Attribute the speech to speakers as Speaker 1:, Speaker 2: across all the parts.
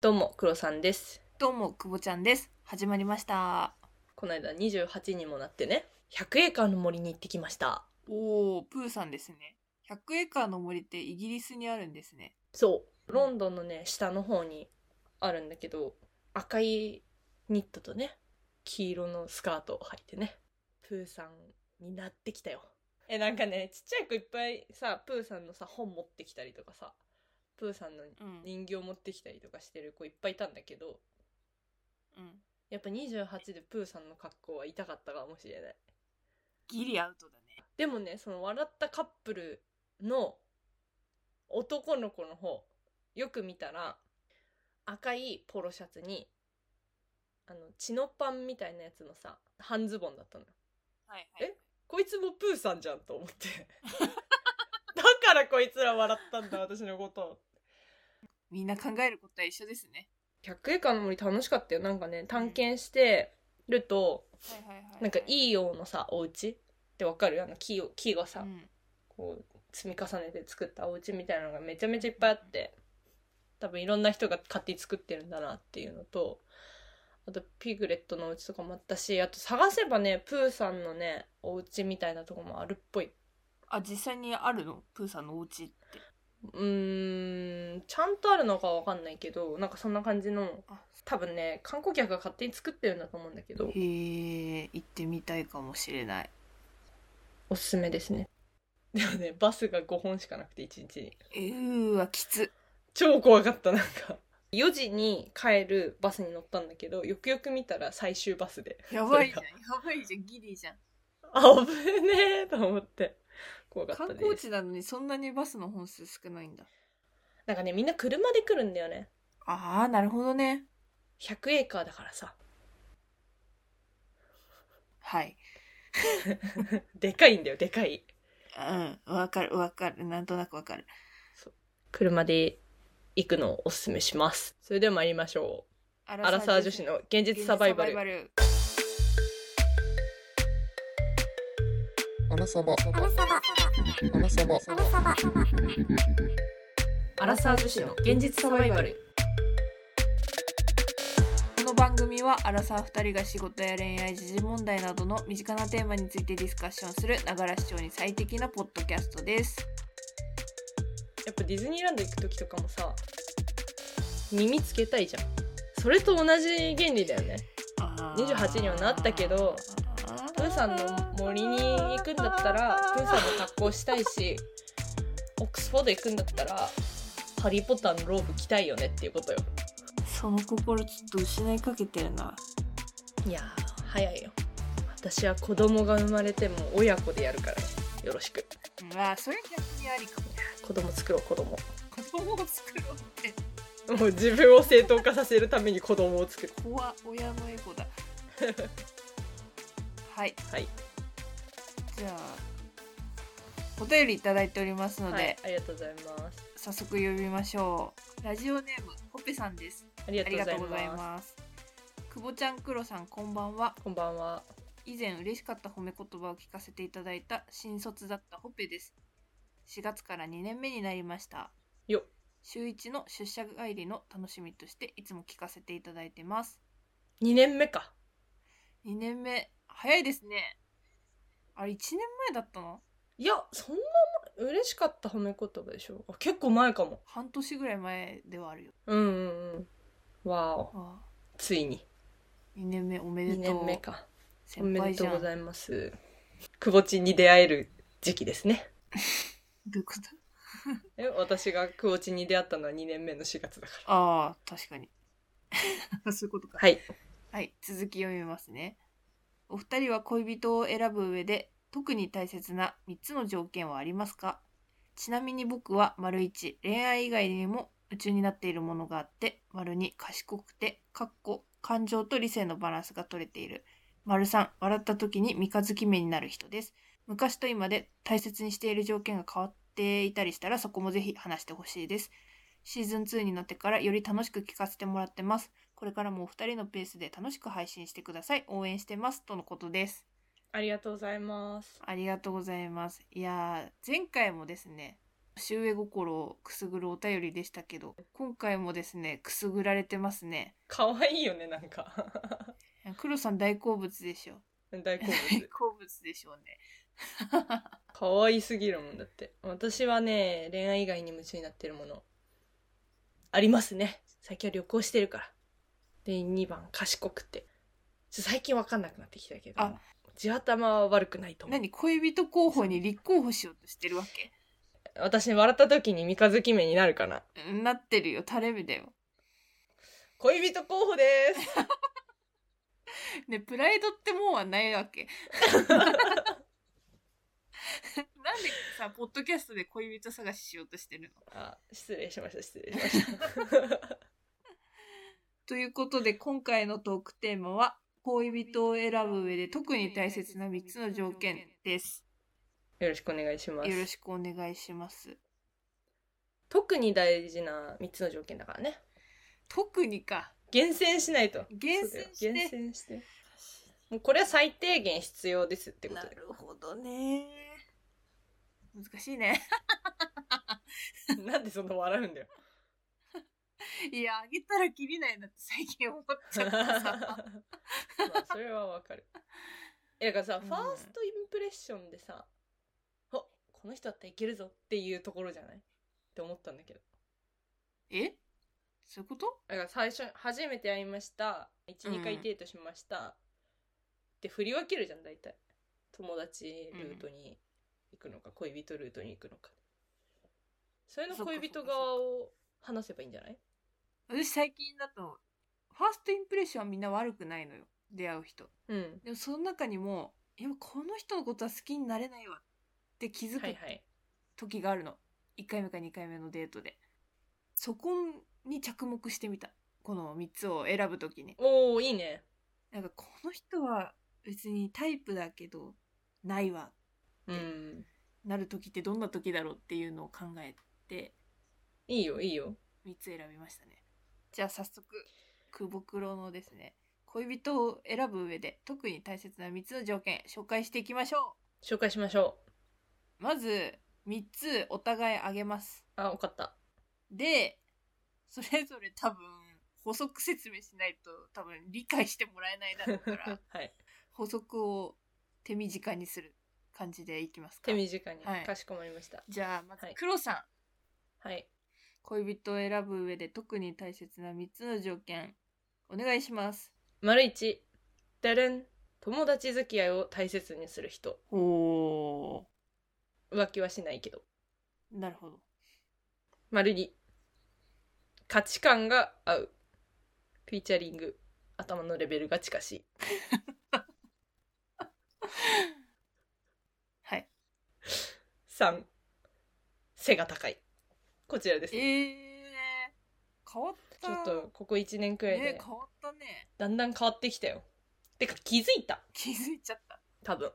Speaker 1: どうも、黒さんです。
Speaker 2: どうも、くぼちゃんです。始まりました。
Speaker 1: この間28にもなってね、100エーカーの森に行ってきました。
Speaker 2: おー、プーさんですね。100エーカーの森ってイギリスにあるんですね。
Speaker 1: そう。ロンドンのね、下の方にあるんだけど、赤いニットとね、黄色のスカートを履いてね、プーさんになってきたよ。え、なんかね、ちっちゃい子いっぱいさ、プーさんのさ、本持ってきたりとかさ、プーさんの
Speaker 2: うん。
Speaker 1: 人形持ってきたりとかしてる子いっぱいいたんだけど、
Speaker 2: うん。
Speaker 1: やっぱ28でプーさんの格好は痛かったかもしれない。
Speaker 2: ギリアウトだね。
Speaker 1: でもねその笑ったカップルの男の子の方よく見たら赤いポロシャツにあのチノパンみたいなやつのさ半ズボンだったのよ
Speaker 2: はい
Speaker 1: はいこいつもプーさんじゃんと思って だからこいつら笑ったんだ私のこと
Speaker 2: みんな考えることは一緒ですね。
Speaker 1: 100円間の森楽しかったよなんかね探検してると
Speaker 2: はいはいはい、
Speaker 1: なんか
Speaker 2: い。
Speaker 1: いいようのさお家ってわかるあの木を木がさ、
Speaker 2: うん。
Speaker 1: こう積み重ねて作ったお家みたいなのがめちゃめちゃいっぱいあって多分いろんな人が勝手に作ってるんだなっていうのとあとピグレットのお家とかもあったしあと探せばねプーさんのねお家みたいなとこもあるっぽい
Speaker 2: あ、実際にあるのプーさんのお家って。
Speaker 1: うーんちゃんとあるのかわかんないけどなんかそんな感じの
Speaker 2: あ
Speaker 1: 多分ね観光客が勝手に作ってるんだと思うんだけど
Speaker 2: へー、行ってみたいかもしれない。
Speaker 1: おすすめですねでもねバスが5本しかなくて1日に
Speaker 2: うーわ、き つ。
Speaker 1: 超怖かったなんか4時に帰るバスに乗ったんだけどよくよく見たら最終バスで
Speaker 2: やばいじゃ
Speaker 1: そ
Speaker 2: ん。やばいじゃん。ギリじゃん。
Speaker 1: あ危ねえと思って怖かった
Speaker 2: 観
Speaker 1: です
Speaker 2: 光地なのにそんなにバスの本数少ないんだ。
Speaker 1: なんかねみんな車で来るんだよね
Speaker 2: あー、なるほどね。
Speaker 1: 100エーカーだからさ
Speaker 2: はい。
Speaker 1: でかいんだよでかい
Speaker 2: うん。わかる、わかる。なんとなくわかる。
Speaker 1: 車で行くのをおすすめしますそれでは参りましょ
Speaker 2: ア
Speaker 1: うアラサー女子の現実サバイバル
Speaker 2: ル。
Speaker 3: アラサバ。
Speaker 4: アラサバ
Speaker 3: アラサバ。
Speaker 4: アラサバ
Speaker 1: アラサー女子の現実サバイバル
Speaker 2: この番組はアラサー2人が仕事や恋愛、時事問題などの身近なテーマについてディスカッションするながら視聴に最適なポッドキャストです。
Speaker 1: やっぱディズニーランド行く時とかもさ耳つけたいじゃんそれと同じ原理だよね28にはなったけどプーさんの森に行くんだったらプーさんの格好したいしオックスフォード行くんだったらハリー・ポッターのローブ着たいよねっていうことよ
Speaker 2: その心ちょっと失いかけてるな。
Speaker 1: いやー早いよ私は子供が生まれても親子でやるからよろしく
Speaker 2: まあ、それ逆にありかも。
Speaker 1: 子供作ろう子供
Speaker 2: 子供を作ろうって
Speaker 1: もう自分を正当化させるために子供を作る
Speaker 2: 子は親のエゴ だ。はい、
Speaker 1: はい、
Speaker 2: じゃあ、お便りいただいておりますので、
Speaker 1: はい、ありがとうございます
Speaker 2: 早速呼びましょうラジオネームほぺさんです
Speaker 1: あり
Speaker 2: ありが
Speaker 1: が
Speaker 2: と
Speaker 1: と
Speaker 2: う
Speaker 1: うご
Speaker 2: ご
Speaker 1: ざ
Speaker 2: ざい
Speaker 1: います
Speaker 2: ますくぼちゃんくろさんこんばんは
Speaker 1: こんばんは
Speaker 2: 以前嬉しかった褒め言葉を聞かせていただいた新卒だったほぺです4月から2年目になりました
Speaker 1: よっ
Speaker 2: 週一の出社帰りの楽しみとしていつも聞かせていただいてます
Speaker 1: 2年目か
Speaker 2: 2年目早いですねあれ1年前だったの
Speaker 1: いやそんな前嬉しかった褒め言葉でしょあ結構前かも
Speaker 2: 半年ぐらい前ではあるよ
Speaker 1: うんうんうんわお
Speaker 2: ああ
Speaker 1: ついに
Speaker 2: 2年目おめで
Speaker 1: 2
Speaker 2: とう
Speaker 1: 年目かお
Speaker 2: 先
Speaker 1: め
Speaker 2: 輩
Speaker 1: でとう
Speaker 2: じゃん
Speaker 1: ございますくぼちんに出会える時期ですね
Speaker 2: どういうこと
Speaker 1: え私がくぼちんに出会ったのは2年目の4月だから
Speaker 2: ああ、確かに。 そういうことか。
Speaker 1: はい
Speaker 2: はい、続き読みますね。お二人は恋人を選ぶ上で特に大切な3つの条件はありますかちなみに僕は丸1、恋愛以外にも夢中になっているものがあって、丸2、賢くて、かっこ、感情と理性のバランスが取れている。丸3、笑った時に三日月目になる人です。昔と今で大切にしている条件が変わっていたりしたらそこもぜひ話してほしいです。シーズン2になってからより楽しく聞かせてもらってます。これからもお二人のペースで楽しく配信してください。応援してます。とのことです。
Speaker 1: ありがとうございます
Speaker 2: ありがとうございます。いやー、前回もですね、年上心をくすぐるお便りでしたけど今回もですねくすぐられてますね
Speaker 1: 可愛いよねなんか
Speaker 2: 黒さん大好物でしょ
Speaker 1: 大好
Speaker 2: 大
Speaker 1: 物
Speaker 2: 好物でしょうね
Speaker 1: 可愛すぎるもんだって私はね恋愛以外に夢中になってるものありますね最近は旅行してるからで2番賢くてちょ最近わかんなくなってきたけど
Speaker 2: あ
Speaker 1: 地頭は悪くないと思う
Speaker 2: 何恋人候補に立候補しようとしてるわけ
Speaker 1: 私笑った時に三日月目になるかな
Speaker 2: なってるよ垂れ目だよ
Speaker 1: 恋人候補です
Speaker 2: ねプライドってもんはないわ けなんでさポッドキャストで恋人探ししようとしてるの
Speaker 1: あ失礼しました失礼しました
Speaker 2: ということで今回のトークテーマは恋人を選ぶ上で特に大切な3つの条件です。
Speaker 1: よろしくお願いしま
Speaker 2: よ
Speaker 1: す
Speaker 2: ろしくお願いします。
Speaker 1: 特に大事な3つの条件だからね
Speaker 2: 特にか。
Speaker 1: 厳選しないと
Speaker 2: 厳選して
Speaker 1: そうだよ厳選してもうこれは最低限必要ですってこと
Speaker 2: な
Speaker 1: で
Speaker 2: るほどね。難しいね。
Speaker 1: なんでそんな笑うんだよ。
Speaker 2: いや、あげたらきりないなって最近思っちゃっ たさ。
Speaker 1: まあそれはわかる。えだからさ、
Speaker 2: うん
Speaker 1: ファーストインプレッションでさ、あこの人だったらいけるぞっていうところじゃないって思ったんだけど。
Speaker 2: えそういうこと
Speaker 1: だから最初、初めて会いました。1、
Speaker 2: う
Speaker 1: 2
Speaker 2: ん
Speaker 1: 回デートしました。って振り分けるじゃん、大体。友達ルートに行くのか、恋人ルートに行くのか。それの恋人側を話せばいいんじゃない
Speaker 2: 私最近だと、ファーストインプレッションはみんな悪くないのよ。出会う人。
Speaker 1: うん。
Speaker 2: でもその中にも、いや、この人のことは好きになれないわって気づ
Speaker 1: は
Speaker 2: く
Speaker 1: いはい。
Speaker 2: 時があるの1回目か2回目のデートでそこに着目してみたこの3つを選ぶ時に
Speaker 1: おー、いいね。
Speaker 2: なんかこの人は別にタイプだけどないわ
Speaker 1: うん。
Speaker 2: なる時ってどんな時だろうっていうのを考えて
Speaker 1: いいよ、いいよ。
Speaker 2: 3つ選びましたねじゃあ早速久保九郎のですね恋人を選ぶ上で特に大切な3つの条件紹介していきましょ
Speaker 1: 紹介しましょ
Speaker 2: うまず3つお互い挙げます
Speaker 1: う。あ、わかった。、
Speaker 2: で、それぞれ多分、補足説明しないと多分理解してもらえないだろうから
Speaker 1: はい。
Speaker 2: 補足を手短にする感じでいきますか
Speaker 1: 手。短に、
Speaker 2: はい
Speaker 1: かしこまりました。
Speaker 2: じゃあ、まず
Speaker 1: はい、
Speaker 2: 黒さん、
Speaker 1: はい。
Speaker 2: 恋人を選ぶ上で特に大切な3つの条件、お願いします。
Speaker 1: 丸一、だれん。友達付き合いを大切にする人。
Speaker 2: お
Speaker 1: 浮気はしないけど。
Speaker 2: なるほど。
Speaker 1: 丸二、価値観が合う。フィーチャリング。頭のレベルが近しい。
Speaker 2: はい。
Speaker 1: 三、背が高い。こちらです。
Speaker 2: えー、
Speaker 1: ち
Speaker 2: 変わった。
Speaker 1: ょっと、ここ1年くらい
Speaker 2: ね
Speaker 1: で、、
Speaker 2: 変わったね。
Speaker 1: だんだん変わってきたよ。てか、気づいた。
Speaker 2: 気づいちゃった。
Speaker 1: 多分。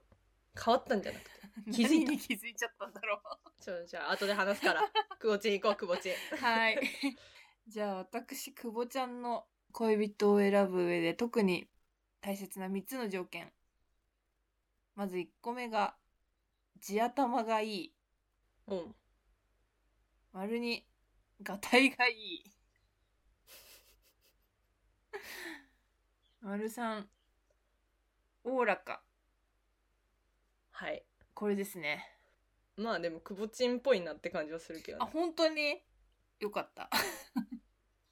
Speaker 1: 変わったんじゃなくて。気づいた
Speaker 2: 何に気づいちゃったんだろう。
Speaker 1: ちょ、じゃあ、後で話す から。くぼちん行こう、くぼちん。
Speaker 2: はい。 じゃあ私、久保ちゃんの恋人を選ぶ上で特に大切な3つの条件。まず1個目が、地頭がいい。
Speaker 1: うん。
Speaker 2: 丸に、がたいがいい。丸三、おおらか。
Speaker 1: はい。
Speaker 2: これですね。
Speaker 1: まあでも、くぼちんっぽいなって感じはするけど、
Speaker 2: あ、
Speaker 1: ね。
Speaker 2: 本当によかった。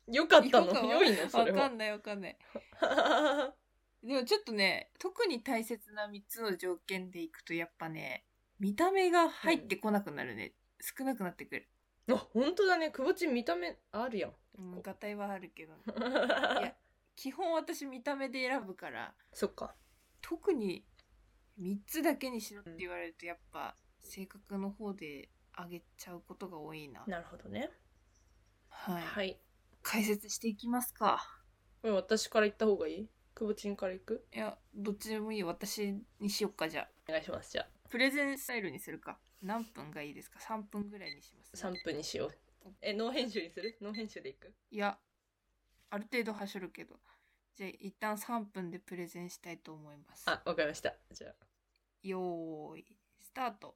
Speaker 1: よかったの
Speaker 2: よか
Speaker 1: 良いのそ
Speaker 2: わ
Speaker 1: れ
Speaker 2: か
Speaker 1: は。
Speaker 2: んないわかんない。
Speaker 1: は
Speaker 2: でもちょっとね、特に大切な3つの条件でいくと、やっぱね、見た目が入ってこなくなるね。少なくなってくる。
Speaker 1: あ、本当だね。くぼちん見た目あるやん。
Speaker 2: うん、
Speaker 1: こ
Speaker 2: がたいはあるけ ど、ね、
Speaker 1: う
Speaker 2: や基本私見た目で選ぶから、
Speaker 1: そっか。
Speaker 2: 特に3つだけにしろって言われると、やっぱ性格の方で上げちゃうことが多いな。
Speaker 1: なるほどね。
Speaker 2: はい。
Speaker 1: はい。
Speaker 2: 解説していきますか。
Speaker 1: これ私から行った方がいいくぼちんから行く
Speaker 2: いや、どっちでもいいよ。私にしよっか、じゃあ。
Speaker 1: お願いします。じゃあ、
Speaker 2: プレゼンスタイルにするか。何分がいいですか ?3 分ぐらいにします。
Speaker 1: 3分にしよう。え、ノー編集にするノー編集で行く
Speaker 2: いや、ある程度はしょるけど。じゃあ、一旦3分でプレゼンしたいと思います。
Speaker 1: あ、わかりました。じゃあ。
Speaker 2: よーい、スタート。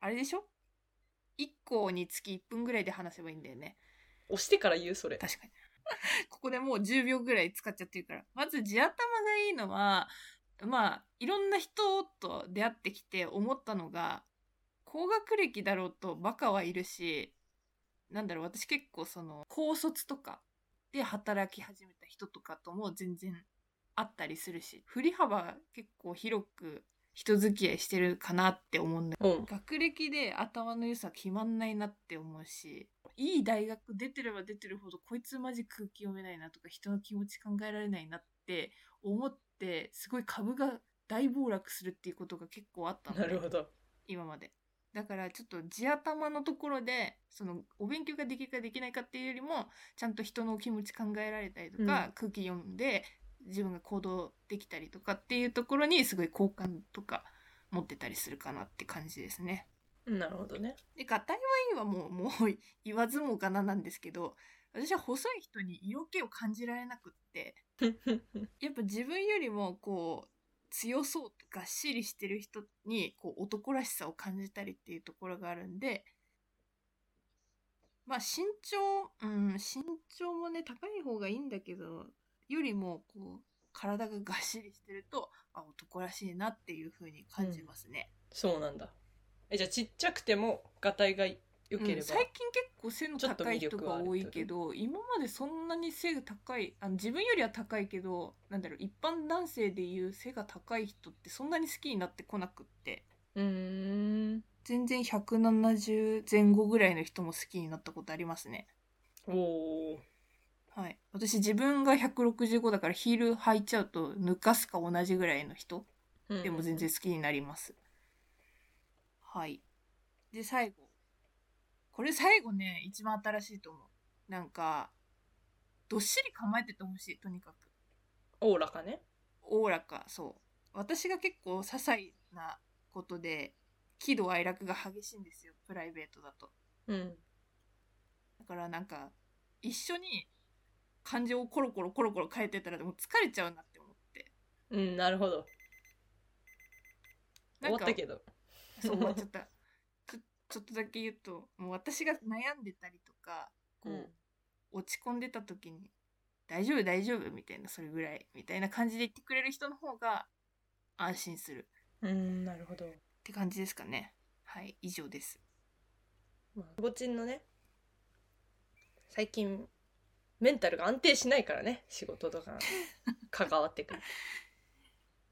Speaker 2: あれでしょ1個につき1分ぐらいで話せばいいんだよね。
Speaker 1: 押してから言うそれ
Speaker 2: 確かに。 ここでもう10秒ぐらい使っちゃってるから。まず地頭がいいのは、まあ、いろんな人と出会ってきて思ったのが、高学歴だろうとバカはいるし、なんだろう、私結構その、高卒とかで働き始めた人とかとも全然あったりするし、振り幅結構広く人付き合いしてるかなって思うんだ
Speaker 1: うん
Speaker 2: 学歴で頭の良さ決まんないなって思うしいい大学出てれば出てるほどこいつマジ空気読めないなとか人の気持ち考えられないなって思ってすごい株が大暴落するっていうことが結構あったの ね
Speaker 1: なるほど
Speaker 2: 今までだからちょっと地頭のところでそのお勉強ができるかできないかっていうよりもちゃんと人の気持ち考えられたりとか、
Speaker 1: うん
Speaker 2: 空気読んで自分が行動できたりとかっていうところにすごい好感とか持ってたりするかなって感じですね。
Speaker 1: なるほど ね
Speaker 2: で、合体はいいはもう、もう言わずもがななんですけど、私は細い人に色気を感じられなくって、やっぱ自分よりもこう、強そうとかっしりしてる人にこう男らしさを感じたりっていうところがあるんで、まあ身長、うん、身長もね、高い方がいいんだけど、よりもこう、体ががっしりしてると、あ、男らしいなっていう風に感じますね。
Speaker 1: そうなんだえじゃあちっちゃくてもがたいが良ければ、
Speaker 2: うん最近結構背の高い人が多いけ
Speaker 1: ち
Speaker 2: ど今までそんなに背が高いあの自分よりは高いけどなんだろう一般男性でいう背が高い人ってそんなに好きになってこなくって
Speaker 1: うーん
Speaker 2: 全然170前後ぐらいの人も好きになったことありますね
Speaker 1: おー
Speaker 2: はい私自分が165だからヒール履いちゃうと抜かすか同じぐらいの人
Speaker 1: うん
Speaker 2: でも全然好きになります。はい。で、最後。これ最後ね、一番新しいと思う。なんか、どっしり構えててほしい、とにかく。
Speaker 1: おおらかね
Speaker 2: おおらか、そう。私が結構些細なことで、喜怒哀楽が激しいんですよ、プライベートだと。
Speaker 1: うん
Speaker 2: だからなんか、一緒に感情をコロコロコロコロ変えてたら、もう疲れちゃうなって思って。
Speaker 1: うんなるほど
Speaker 2: な
Speaker 1: 終
Speaker 2: ん
Speaker 1: わ
Speaker 2: か
Speaker 1: ったけど
Speaker 2: そう終わっちゃった ちょちょっとだけ言うともう私が悩んでたりとかこう、
Speaker 1: うん
Speaker 2: 落ち込んでた時に「大丈夫大丈夫」みたいなそれぐらいみたいな感じで言ってくれる人の方が安心する
Speaker 1: うんなるほど
Speaker 2: って感じですかねはい以上です
Speaker 1: ぼちんのね最近メンタルが安定しないからね仕事 とか関わってくる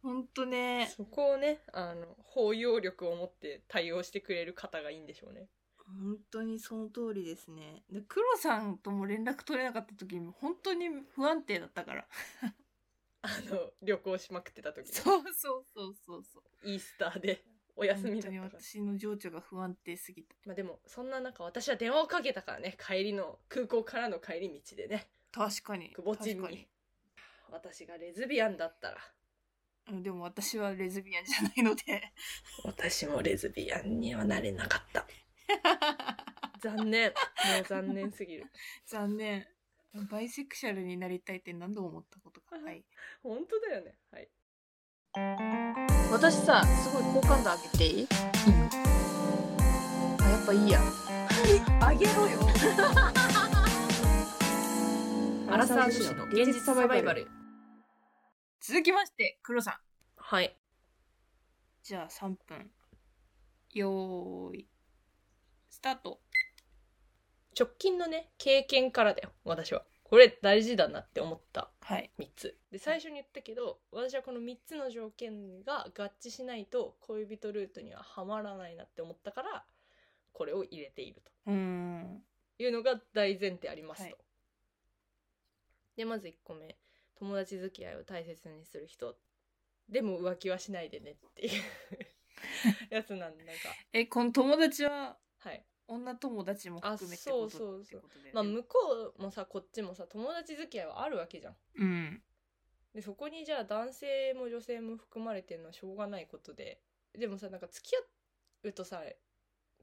Speaker 2: ほんとね
Speaker 1: そこをねあの包容力を持って対応してくれる方がいいんでしょうね
Speaker 2: 本当にその通りですねで黒さんとも連絡取れなかった時も本当に不安定だったから
Speaker 1: あの旅行しまくってた時の
Speaker 2: そうそうそうそうそう
Speaker 1: イースターでお休み
Speaker 2: 本
Speaker 1: だ
Speaker 2: 当
Speaker 1: ったか
Speaker 2: に
Speaker 1: ら
Speaker 2: 私の情緒が不安定すぎた
Speaker 1: まあでもそんな中私は電話をかけたからね帰りの空港からの帰り道でね
Speaker 2: 確かに
Speaker 1: くぼちん
Speaker 2: 確か
Speaker 1: に私がレズビアンだったら
Speaker 2: うんでも私はレズビアンじゃないの で
Speaker 1: 私もレズビアンにはなれなかった残念もう残念すぎる
Speaker 2: 残念バイセクシャルになりたいって何度も思ったことかはい
Speaker 1: 本当だよねはい
Speaker 2: 私さすごい好感度上げていいあやっぱい いや上げろよ
Speaker 1: アラサー女子の現実サバイバル
Speaker 2: 続きまして黒さん
Speaker 1: はい
Speaker 2: じゃあ3分よーいスタート
Speaker 1: 直近のね経験からだよ私はこれ大事だなって思った
Speaker 2: はい
Speaker 1: 3つで最初に言ったけど私はこの3つの条件が合致しないと恋人ルートにはハマらないなって思ったからこれを入れていると
Speaker 2: うーん
Speaker 1: いうのが大前提ありますと、
Speaker 2: はい
Speaker 1: でまず1個目友達付き合いを大切にする人でも浮気はしないでねって いうやつなんだが
Speaker 2: えこの友達は
Speaker 1: はい
Speaker 2: 女友達も含めて
Speaker 1: あ
Speaker 2: こ
Speaker 1: そう
Speaker 2: と
Speaker 1: そうそう
Speaker 2: ってことだよね
Speaker 1: まあ向こうもさこっちもさ友達付き合いはあるわけじゃん
Speaker 2: うん
Speaker 1: でそこにじゃあ男性も女性も含まれてるのはしょうがないことででもさなんか付き合うとさ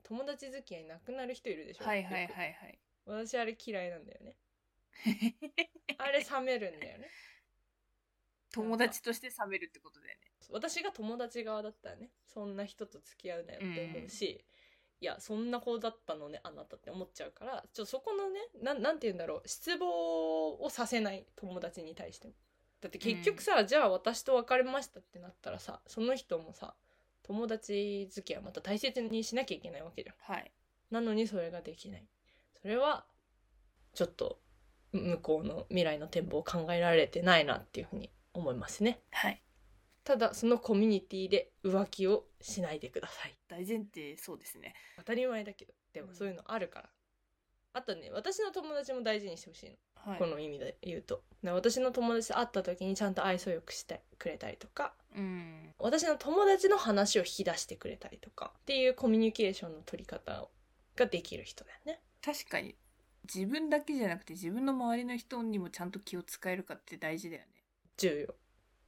Speaker 1: 友達付き合いなくなる人いるでしょ
Speaker 2: はいはい
Speaker 1: よ
Speaker 2: はいはい
Speaker 1: く私あれ嫌いなんだよねあれ冷めるんだよね
Speaker 2: 友達として冷めるってことだよね。
Speaker 1: 私が友達側だったらねそんな人と付き合うなよって思うし、いや、そんな子だったのね、あなたって思っちゃうから、ちょっとそこのね、なん、なんて言うんだろう、失望をさせない友達に対しても。だって結局さ、じゃあ私と別れましたってなったらさ、その人もさ、友達付き合いまた大切にしなきゃいけないわけじゃん。
Speaker 2: はい。
Speaker 1: なのにそれができない。それは、ちょっと、向こうの未来の展望を考えられてないなっていうふうに思いますね。
Speaker 2: はい。
Speaker 1: ただ、そのコミュニティで浮気をしないでください。
Speaker 2: 大前提、そうですね。
Speaker 1: 当たり前だけどで
Speaker 2: う
Speaker 1: も
Speaker 2: ん
Speaker 1: そういうのあるから、あとね私の友達も大事にしてほしいの、
Speaker 2: はい。
Speaker 1: この意味で言うとな私の友達と会った時にちゃんと愛想よくしてくれたりとか
Speaker 2: うん。
Speaker 1: 私の友達の話を引き出してくれたりとかっていうコミュニケーションの取り方ができる人だよね
Speaker 2: 確かに、自分だけじゃなくて自分の周りの人にもちゃんと気を使えるかって大事だよね。
Speaker 1: 重要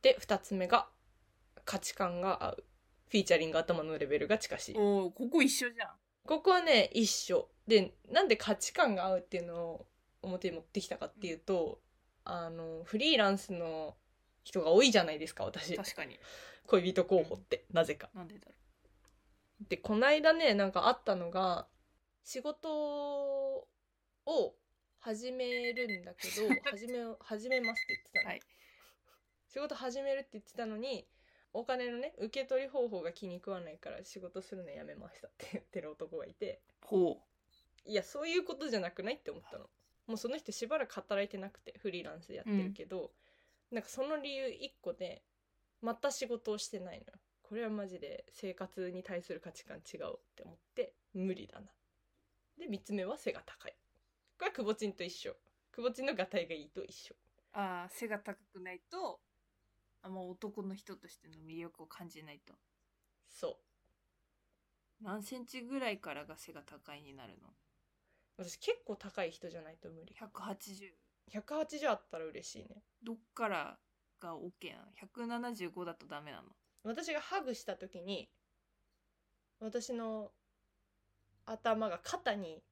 Speaker 1: で2つ目が価値観が合うフィーチャリング頭のレベルが近しい
Speaker 2: おお、ここ一緒じゃん。
Speaker 1: ここはね一緒でなんで価値観が合うっていうのを表に持ってきたかっていうと、あのフリーランスの人が多いじゃないですか私
Speaker 2: 確かに。
Speaker 1: 恋人候補ってなぜか。
Speaker 2: なんでだろ
Speaker 1: でこないだねなんかあったのが仕事を始めるんだけ ど始め始めますって言ってたの、
Speaker 2: はい
Speaker 1: 仕事始めるって言ってたのにお金のね受け取り方法が気に食わないから仕事するのやめましたって言ってる男がいて。
Speaker 2: う。ほ
Speaker 1: いやそういうことじゃなくないって思ったのもうその人しばらく働いてなくてフリーランスでやってるけど、なんかその理由1個でまた仕事をしてないのよこれはマジで生活に対する価値観違うって思って無理だなで3つ目は背が高いこれはくぼちんと一緒くぼちんのがたいがいいと一緒
Speaker 2: う。ああ、背が高くないと、あんま男の人としての魅力を感じないと。
Speaker 1: そう
Speaker 2: 何センチぐらいからが背が高いになるの
Speaker 1: 私結構高い人じゃないと無理
Speaker 2: ?180。
Speaker 1: 180あったら嬉しいね
Speaker 2: どっからが OK なの ?175 だとダメなの
Speaker 1: 私がハグした時に私の頭が肩に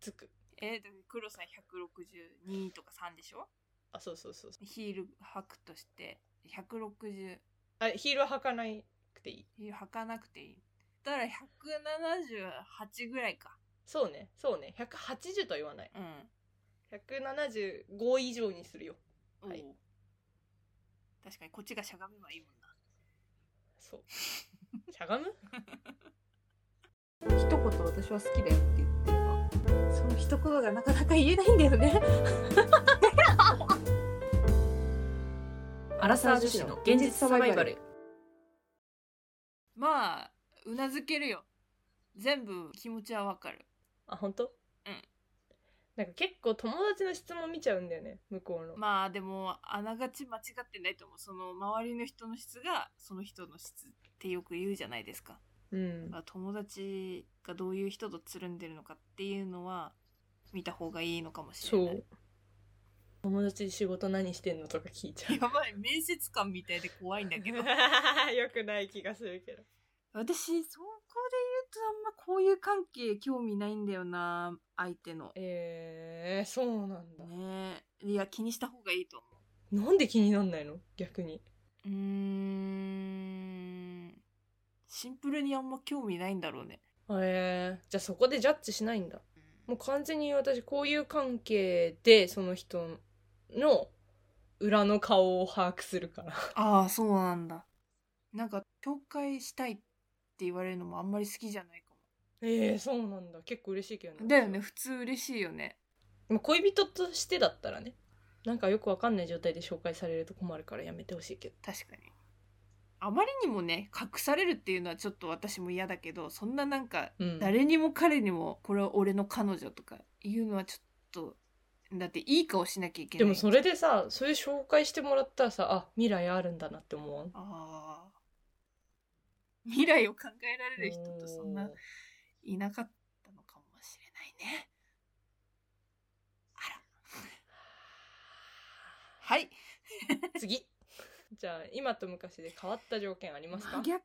Speaker 1: つく
Speaker 2: えー、でも黒さん162とか3でしょ
Speaker 1: あそうそうそうそう
Speaker 2: ヒール履くとして160
Speaker 1: あヒールは履かなくていい
Speaker 2: ヒール履かなくていいだから178ぐらいか
Speaker 1: そうねそうね180とは言わない
Speaker 2: うん
Speaker 1: 175以上にするよ
Speaker 2: おう
Speaker 1: はい
Speaker 2: 確かにこっちがしゃがめばいいもんな
Speaker 1: そう しゃがむ
Speaker 2: 一言私は好きだよって言ってればその一言がなかなか言えないんだよね
Speaker 1: アラ
Speaker 2: サー女子の現実サバイバル まあうなずけるよ全部気持ちはわかる
Speaker 1: あ本当
Speaker 2: うん
Speaker 1: なんか結構友達の質問見ちゃうんだよね向こうの、
Speaker 2: まあでもあながち間違ってないと思うその周りの人の質がその人の質ってよく言うじゃないですか、
Speaker 1: うん
Speaker 2: まあ、友達がどういう人とつるんでるのかっていうのは見た方がいいのかもしれ
Speaker 1: そ
Speaker 2: ないう
Speaker 1: 友達仕事何してんのとか聞いちゃう
Speaker 2: やばい面接官みたいで怖いん だけど
Speaker 1: よくない気がするけど
Speaker 2: 私そこで言うとあんまこういう関係興味ないんだよな相手の
Speaker 1: えー、そうなんだ、
Speaker 2: ねえいや気にした方がいいと思う
Speaker 1: なんで気になんないの逆に
Speaker 2: うーんシンプルにあんま興味ないんだろうね、
Speaker 1: えー、じゃあそこでジャッジしないんだもう完全に私こういう関係でその人の裏の顔を把握する から
Speaker 2: ああ、そうなんだ。なんか、紹介したいって言われるのもあんまり好きじゃないか
Speaker 1: えー、そうなんだ結構嬉しいけど
Speaker 2: も。だよね、普通嬉しいよね。
Speaker 1: まあ恋人としてだったらねなんかよくわかんない状態で紹介されると困るからやめてほしいけど
Speaker 2: 確かに。あまりにもね、隠されるっていうのはちょっと私も嫌だけど、そんななんか、
Speaker 1: うん
Speaker 2: 誰にも彼にも、これは俺の彼女とか言うのはちょっと、だっていい顔しなきゃいけない。
Speaker 1: でもそれでさそういう紹介してもらったらさあ未来あるんだなって思わん
Speaker 2: ああ。未来を考えられる人とそんな
Speaker 1: おー、
Speaker 2: いなかったのかもしれないね。あら。はい。
Speaker 1: 次じゃあ今と昔で変わった条件ありますか
Speaker 2: 真逆に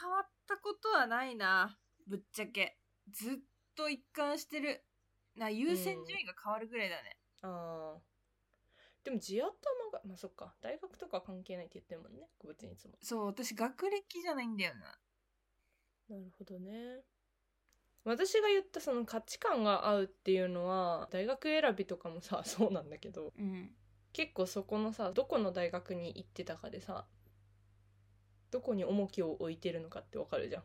Speaker 2: 変わったことはないなぶっちゃけずっと一貫してるな優先順位が変わるぐらいだね、
Speaker 1: ああでも地頭がまあそっか大学とかは関係ないって言ってるもんね個別にいつも
Speaker 2: そう私学歴じゃないんだよな
Speaker 1: なるほどね私が言ったその価値観が合うっていうのは大学選びとかもさ そうなんだけど
Speaker 2: うん
Speaker 1: 結構そこのさどこの大学に行ってたかでさどこに重きを置いてるのかってわかるじゃん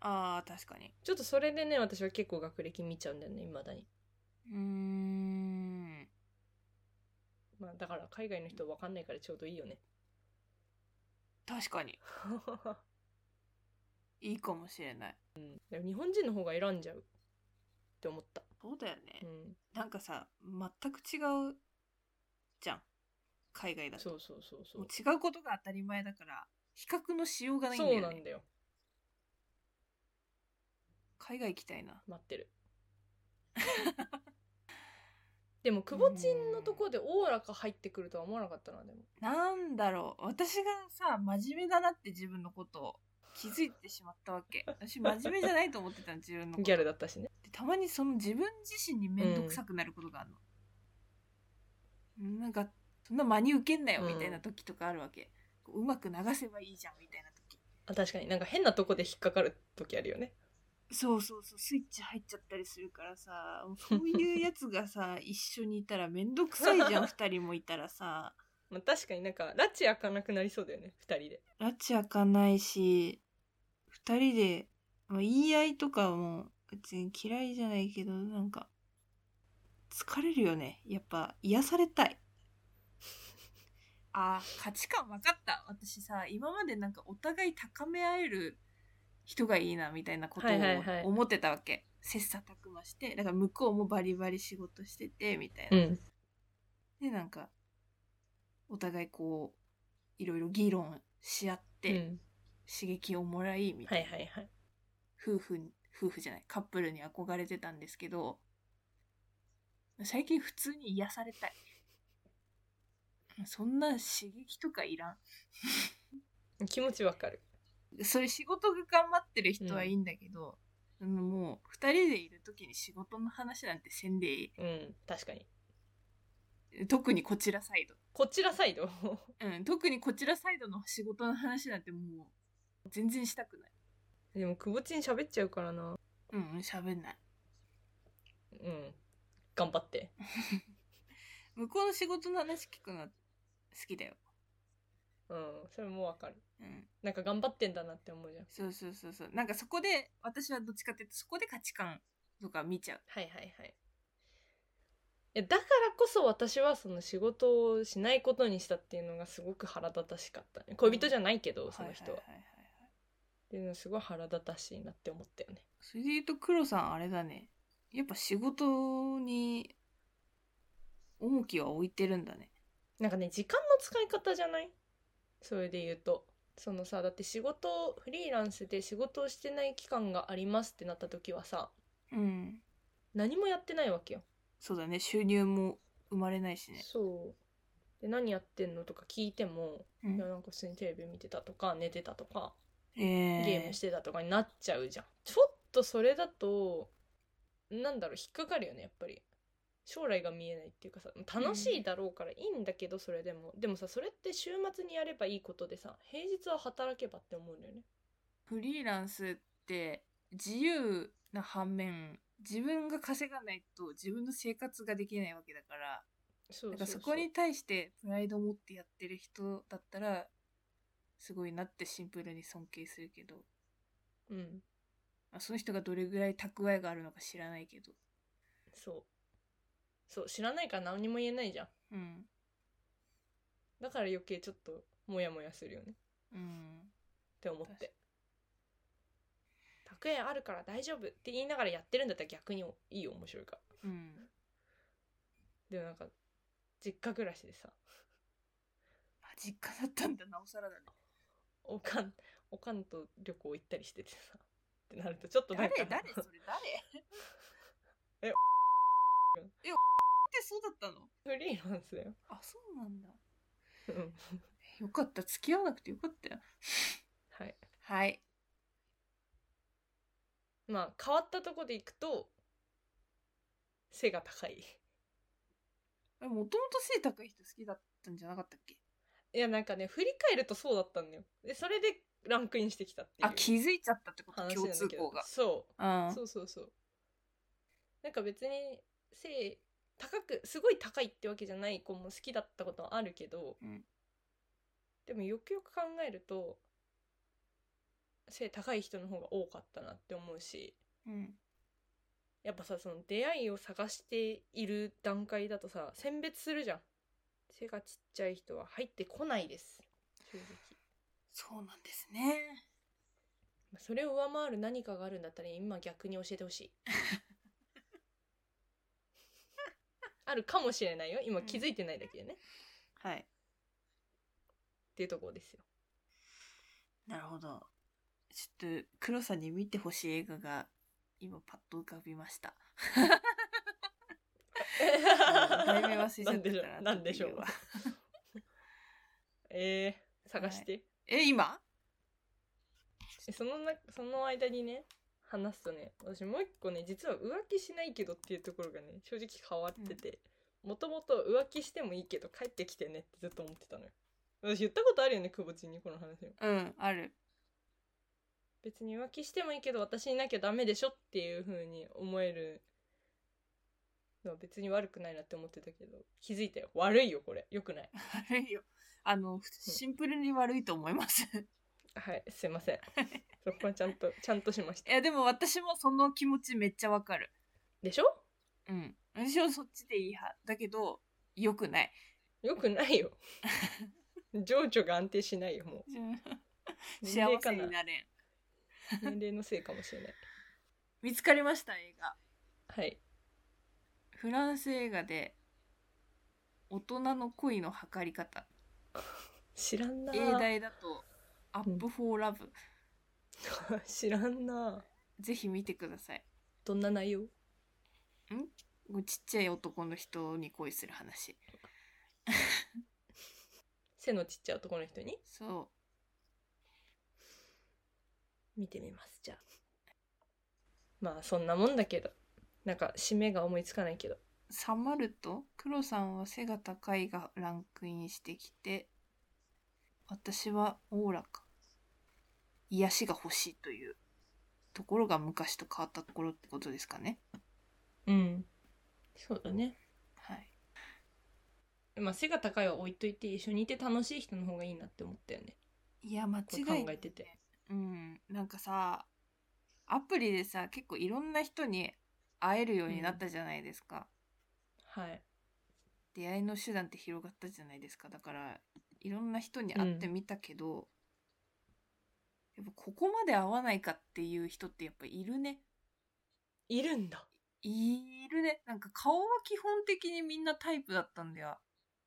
Speaker 2: あー確かに
Speaker 1: ちょっとそれでね私は結構学歴見ちゃうんだよね未だに
Speaker 2: うーん
Speaker 1: まあだから海外の人わかんないからちょうどいいよね
Speaker 2: 確かにいいかもしれない
Speaker 1: でも日本人の方が選んじゃうって思った
Speaker 2: そうだよね、
Speaker 1: うん
Speaker 2: なんかさ全く違うじゃん海外だと
Speaker 1: そうそうそうそう
Speaker 2: もう違うことが当たり前だから比較のしようがないんだ
Speaker 1: そう
Speaker 2: よ
Speaker 1: な
Speaker 2: ね
Speaker 1: んだよ
Speaker 2: 海外行きたいな
Speaker 1: 待ってる でもくぼちんのとこでおおらか入ってくるとは思わなかったなでも
Speaker 2: なんだろう私がさ真面目だなって自分のことを気づいてしまったわけ私真面目じゃないと思ってたの自分のこと
Speaker 1: ギャルだったしね
Speaker 2: でたまにその自分自身に面倒くさくなることがあるの、なんかそんな真に受けんなよ
Speaker 1: うん
Speaker 2: みたいな時とかあるわけ、こううまく流せばいいじゃんみたいな時
Speaker 1: あ確かになんか変なとこで引っかかる時あるよね
Speaker 2: そうそうそうスイッチ入っちゃったりするからさもうそういうやつが さ一緒にいたら面倒くさいじ ゃん二人もいたらさ
Speaker 1: まあ、確かになんか拉致開かなくなりそうだよね2人で
Speaker 2: 拉致開かないし二人で、まあ、言い合いとかも別に嫌いじゃないけどなんか疲れるよねやっぱ癒されたいあー価値観分かった私さ今までなんかお互い高め合える人がいいなみたいなことを
Speaker 1: はいはいはい
Speaker 2: 思ってたわけ、切磋琢磨してだから向こうもバリバリ仕事しててみたいな、
Speaker 1: ん
Speaker 2: でなんかお互いこういろいろ議論し合って、
Speaker 1: うん、
Speaker 2: 刺激をもらいみた
Speaker 1: はいいはいはい
Speaker 2: な、夫婦に夫婦じゃないカップルに憧れてたんですけど最近普通に癒されたいそんな刺激とかいら
Speaker 1: 気持ちわかる
Speaker 2: んそれ仕事が頑張ってる人はいいんだけど、あのもう二人でいる時に仕事の話なんてせんでい
Speaker 1: うん確かに
Speaker 2: い特にこちらサイド、
Speaker 1: こちらサイド
Speaker 2: うん、特にこちらサイドの仕事の話なんてもう全然したくない
Speaker 1: でもくぼちん喋っちゃうからな
Speaker 2: うん喋んない
Speaker 1: うん頑張って
Speaker 2: 向こうの仕事の話聞くのは好きだよ
Speaker 1: うんそれもわかる
Speaker 2: うん
Speaker 1: なんか頑張ってんだなって思うじゃん
Speaker 2: そうそうそうそうなんかそこで私はどっちかっていうとそこで価値観とか見ちゃう
Speaker 1: はいはいはいいやだからこそ私はその仕事をしないことにしたっていうのがすごく腹立たしかったね恋人じゃないけど、その人は,、
Speaker 2: はいはいはいはいはい
Speaker 1: っていうのすごい腹立たしいなって思ったよね
Speaker 2: それで言うと黒さんあれだねやっぱ仕事に重きは置いてるんだね
Speaker 1: なんかね時間の使い方じゃないそれで言うとそのさだって仕事をフリーランスで仕事をしてない期間がありますってなった時はさ
Speaker 2: うん
Speaker 1: 何もやってないわけよ
Speaker 2: そうだね収入も生まれないしね、
Speaker 1: そうで何やってんのとか聞いても、
Speaker 2: うん
Speaker 1: いやなんか普通にテレビ見てたとか寝てたとか
Speaker 2: えー、
Speaker 1: ゲームしてたとかになっちゃうじゃん、ちょっとそれだとなんだろう引っかかるよねやっぱり将来が見えないっていうかさ楽しいだろうからいいんだけどそれでも、でもさそれって週末にやればいいことでさ平日は働けばって思うんだよね
Speaker 2: フリーランスって自由な反面自分が稼がないと自分の生活ができないわけだから
Speaker 1: そう
Speaker 2: な
Speaker 1: そう
Speaker 2: んか
Speaker 1: そ
Speaker 2: そうこに対してプライドを持ってやってる人だったらすごいなってシンプルに尊敬するけど、
Speaker 1: うん
Speaker 2: まあ、その人がどれぐらい蓄えがあるのか知らないけど、
Speaker 1: そうそう知らないから何にも言えないじゃん
Speaker 2: うん
Speaker 1: だから余計ちょっとモヤモヤするよね
Speaker 2: うん、
Speaker 1: って思って100円あるから大丈夫って言いながらやってるんだったら逆にいいよ面白いから
Speaker 2: うん、
Speaker 1: でもなんか実家暮らしでさ
Speaker 2: あ実家だったんだなおさらだね
Speaker 1: おかんおかんと旅行行ったりしててさってなるとちょっとなん
Speaker 2: 誰
Speaker 1: か
Speaker 2: 誰それ誰
Speaker 1: え
Speaker 2: ええおってそうだったの
Speaker 1: フリーランスだよ、
Speaker 2: あそうなんだ
Speaker 1: うん、
Speaker 2: よかった付き合わなくてよかったよ
Speaker 1: はい
Speaker 2: はい
Speaker 1: まあ変わったとこで行くと背が高い
Speaker 2: もともと背高い人好きだったんじゃなかったっけ
Speaker 1: いやなんかね振り返るとそうだったんだよでそれでランクインしてきたっていう
Speaker 2: あ、気づいちゃったってこと
Speaker 1: 話なん
Speaker 2: 共
Speaker 1: だ
Speaker 2: 通
Speaker 1: けど
Speaker 2: 項が。
Speaker 1: そう
Speaker 2: うん。
Speaker 1: そうそうそうなんか別に性高くすごい高いってわけじゃない子も好きだったことはあるけど、
Speaker 2: うん
Speaker 1: でもよくよく考えると背高い人の方が多かったなって思うし
Speaker 2: うん。
Speaker 1: やっぱさその出会いを探している段階だとさ選別するじゃん背がちっちゃい人は入ってこないです正直、
Speaker 2: そうなんですね。
Speaker 1: まあそれを上回る何かがあるんだったら今逆に教えてほしいあるかもしれないよ今気づいてないだけでね、っ
Speaker 2: はい。
Speaker 1: ていうところですよ
Speaker 2: なるほど。ちょっと、黒さんに見てほしい映画が、今パッと浮かびました。題名忘れちゃ
Speaker 1: な
Speaker 2: っ
Speaker 1: んでしたょ
Speaker 2: から
Speaker 1: うなんでしょ
Speaker 2: ち
Speaker 1: う
Speaker 2: ょっと理由は
Speaker 1: えー、探して、
Speaker 2: え、今
Speaker 1: えそのなその間にね話すとね私もう一個ね実は浮気しないけどっていうところがね正直変わっててもともと浮気してもいいけど帰ってきてねってずっと思ってたのよ私言ったことあるよね久保ちんにこの話も
Speaker 2: うん、ある。
Speaker 1: 別に浮気してもいいけど私いなきゃダメでしょっていう風に思えるのは別に悪くないなって思ってたけど気づいたよ悪いよこれ良くない
Speaker 2: 悪いよ。あの、シンプルに悪いと思います。
Speaker 1: はいすいませんそこはちゃんとちゃんとしまし
Speaker 2: い
Speaker 1: た
Speaker 2: や、でも私もその気持ちめっちゃわかる。
Speaker 1: でしょ
Speaker 2: うん。私はそっちでいい派。だけど、良くない。
Speaker 1: 良くない よ情緒が安定しないよもう年
Speaker 2: 幸
Speaker 1: 齢か
Speaker 2: せ
Speaker 1: な
Speaker 2: になれん。
Speaker 1: 年齢のせいかもしれない。
Speaker 2: 見つかりました、映画。
Speaker 1: はい。
Speaker 2: フランス映画で、大人の恋の測り方。
Speaker 1: 知らんな。
Speaker 2: 英題だと、アップフォーラブ。
Speaker 1: 知らんな。
Speaker 2: ぜひ見てください。
Speaker 1: どんな内容
Speaker 2: ちっちゃい男の人に恋する話。
Speaker 1: 背のちっちゃい男の人に
Speaker 2: そ
Speaker 1: 見てみます、じゃあ。まあ、そんなもんだけど。なんか、締めが思いつかないけど。
Speaker 2: う。サマルト黒さんは背が高いがランクインしてきて、私はおおらか。癒しが欲しいというところが昔と変わったところってことですかね。
Speaker 1: うん。そうだね。
Speaker 2: はい。
Speaker 1: まあ、背が高いは置いといて、一緒にいて楽しい人の方がいいなって思ったよね。
Speaker 2: いや、間違
Speaker 1: こ
Speaker 2: い
Speaker 1: れ
Speaker 2: な
Speaker 1: 考
Speaker 2: い
Speaker 1: えてて。
Speaker 2: うん、なんかさアプリでさ結構いろんな人に会えるようになったじゃないですか、
Speaker 1: はい。
Speaker 2: 出会いの手段って広がったじゃないですかだからいろんな人に会ってみたけど、やっぱここまで会わないかっていう人ってやっぱいるね
Speaker 1: いるんだ。
Speaker 2: いるねなんか顔は基本的にみんなタイプだったんだよ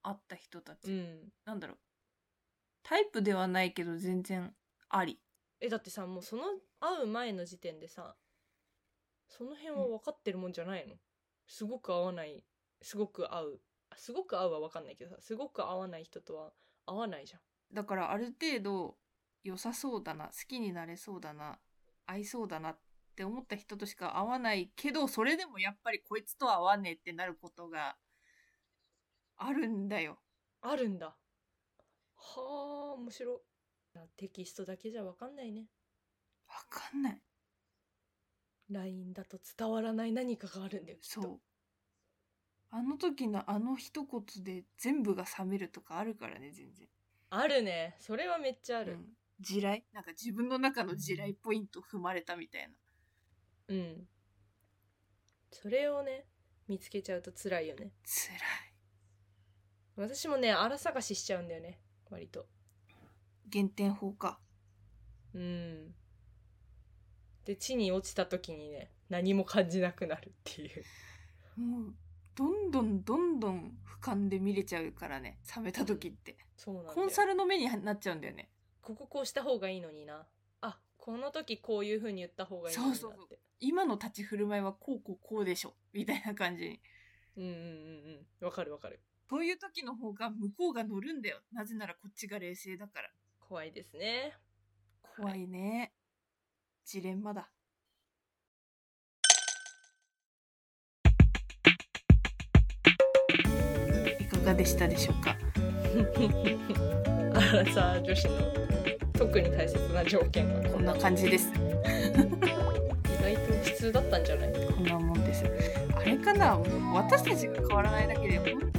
Speaker 2: 会った人た
Speaker 1: う
Speaker 2: ち、
Speaker 1: ん。
Speaker 2: なんだろうタイプではないけど全然あり
Speaker 1: え、だってさ、もうその、会う前の時点でさ、その辺は分かってるもんじゃないの、すごく合わない、すごく合う。あすごく合うは分かんないけどさ、すごく合わない人とは合わないじゃん。
Speaker 2: だからある程度良さそうだな好きになれそうだな合いそうだなって思った人としか合わないけどそれでもやっぱりこいつとは合わねえってなることがあるんだよ。
Speaker 1: あるんだ。はあ、面白い。あテキストだけじゃ分かんないね。
Speaker 2: わかんない。
Speaker 1: LINE だと伝わらない何かがあるんだよ。きっと
Speaker 2: そう。あの時のあの一言で全部が冷めるとかあるからね全然。
Speaker 1: あるね。それはめっちゃあ
Speaker 2: あ
Speaker 1: る。
Speaker 2: 地雷なんか自分の中の地雷ポイント踏まれたみたいな。
Speaker 1: うん。それをね、見つけちゃうと辛いよね。
Speaker 2: 辛い。
Speaker 1: 私もね、荒探ししちゃうんだよね。割と。
Speaker 2: 減点法か。
Speaker 1: うん。で、地に落ちた時にね、何も感じなくなるっていう。
Speaker 2: もうどんどんどんどん俯瞰で見れちゃうからね冷めた時って
Speaker 1: そうなんだよ。
Speaker 2: コンサルの目になっちゃうんだよね
Speaker 1: こここうした方がいいのにな。あ、この時こういう風に言った方がいいのになって。
Speaker 2: そうそう今の立ち振る舞いはこうこうこうでしょみたいな感じに
Speaker 1: うんうんうんうん。わかるわかる。
Speaker 2: そういう時の方が向こうが乗るんだよなぜならこっちが冷静だから
Speaker 1: 怖いですね。
Speaker 2: 怖いねジレンマだいかがでしたでしょう
Speaker 1: ア
Speaker 2: か
Speaker 1: ラサー女子の特に大切な条件が
Speaker 2: こんな感じです
Speaker 1: 意外と普通だったんじゃない
Speaker 2: こんなもんですあれかな私たちが変わらないだけで本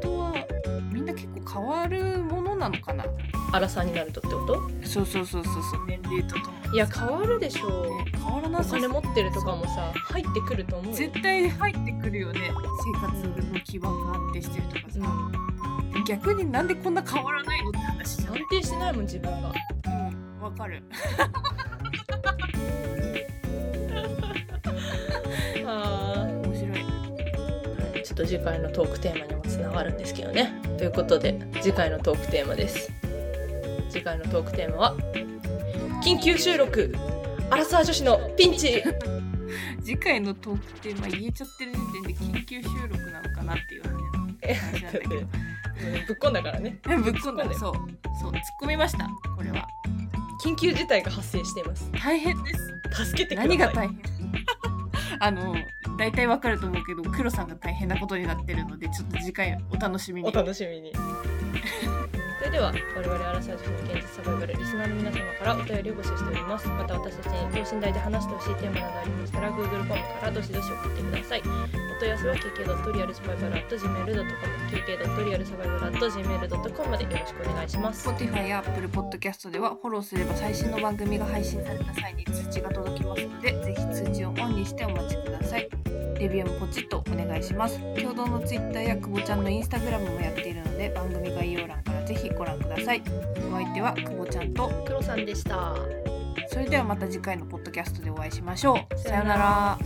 Speaker 2: 当はみんな結構変わるものなのかな
Speaker 1: 荒さになるとってこと
Speaker 2: そうそうそうそうそう年齢とともに
Speaker 1: いや変わるでしょう
Speaker 2: ね変わら
Speaker 1: お
Speaker 2: なさ
Speaker 1: 金持ってるとかもさ入ってくると思うよ
Speaker 2: 絶対入ってくるよね生活の基盤が安定してるとか
Speaker 1: うん、
Speaker 2: さ、逆になんでこんな変わらないのって話じゃん
Speaker 1: 安定してないもん自分が
Speaker 2: うんわかる
Speaker 1: あー
Speaker 2: 面白い
Speaker 1: ちょっと次回のトークテーマにもつながるんですけどねということで次回のトークテーマです次回のトークテーマは緊急収録アラサー女子のピン チ
Speaker 2: 次回のトークテーマ言えちゃってる時点で緊急収録なのかなっていう話なんだけ ど
Speaker 1: ぶっこんだからね
Speaker 2: ぶっ込んだねそうそう突っ込みましたこれは
Speaker 1: 緊急事態が発生しています
Speaker 2: 大変です
Speaker 1: 助けてください
Speaker 2: 何が大変 あの大体わかると思うけど黒さんが大変なことになってるのでちょっと次回お楽しみに
Speaker 1: お楽しみ にそれでは我々アラサー女子の現実サバイバルリスナーの皆様からお便りを募集しておりますまた私たちに等身大で話してほしいテーマなどありましたら Google フォームからどしどし送ってくださいお問い合わせは kk.realsurvival.gmail.com kk.realsurvival.gmail.com までよろしくお願いします
Speaker 2: Spotify や Apple Podcast ではフォローすれば最新の番組が配信された際に通知が届きますのでぜひ通知をオンにしてお待ちくださいレビューもポチッとお願いします共同の Twitter や久保ちゃんの Instagram もやっているので番組概要欄からぜひご覧くださいお相手は久保ちゃんと
Speaker 1: 黒さんでした
Speaker 2: それではまた次回のポッドキャストでお会いしましょう
Speaker 1: さ
Speaker 2: さ
Speaker 1: よ
Speaker 2: よ
Speaker 1: な
Speaker 2: な
Speaker 1: ら
Speaker 2: ら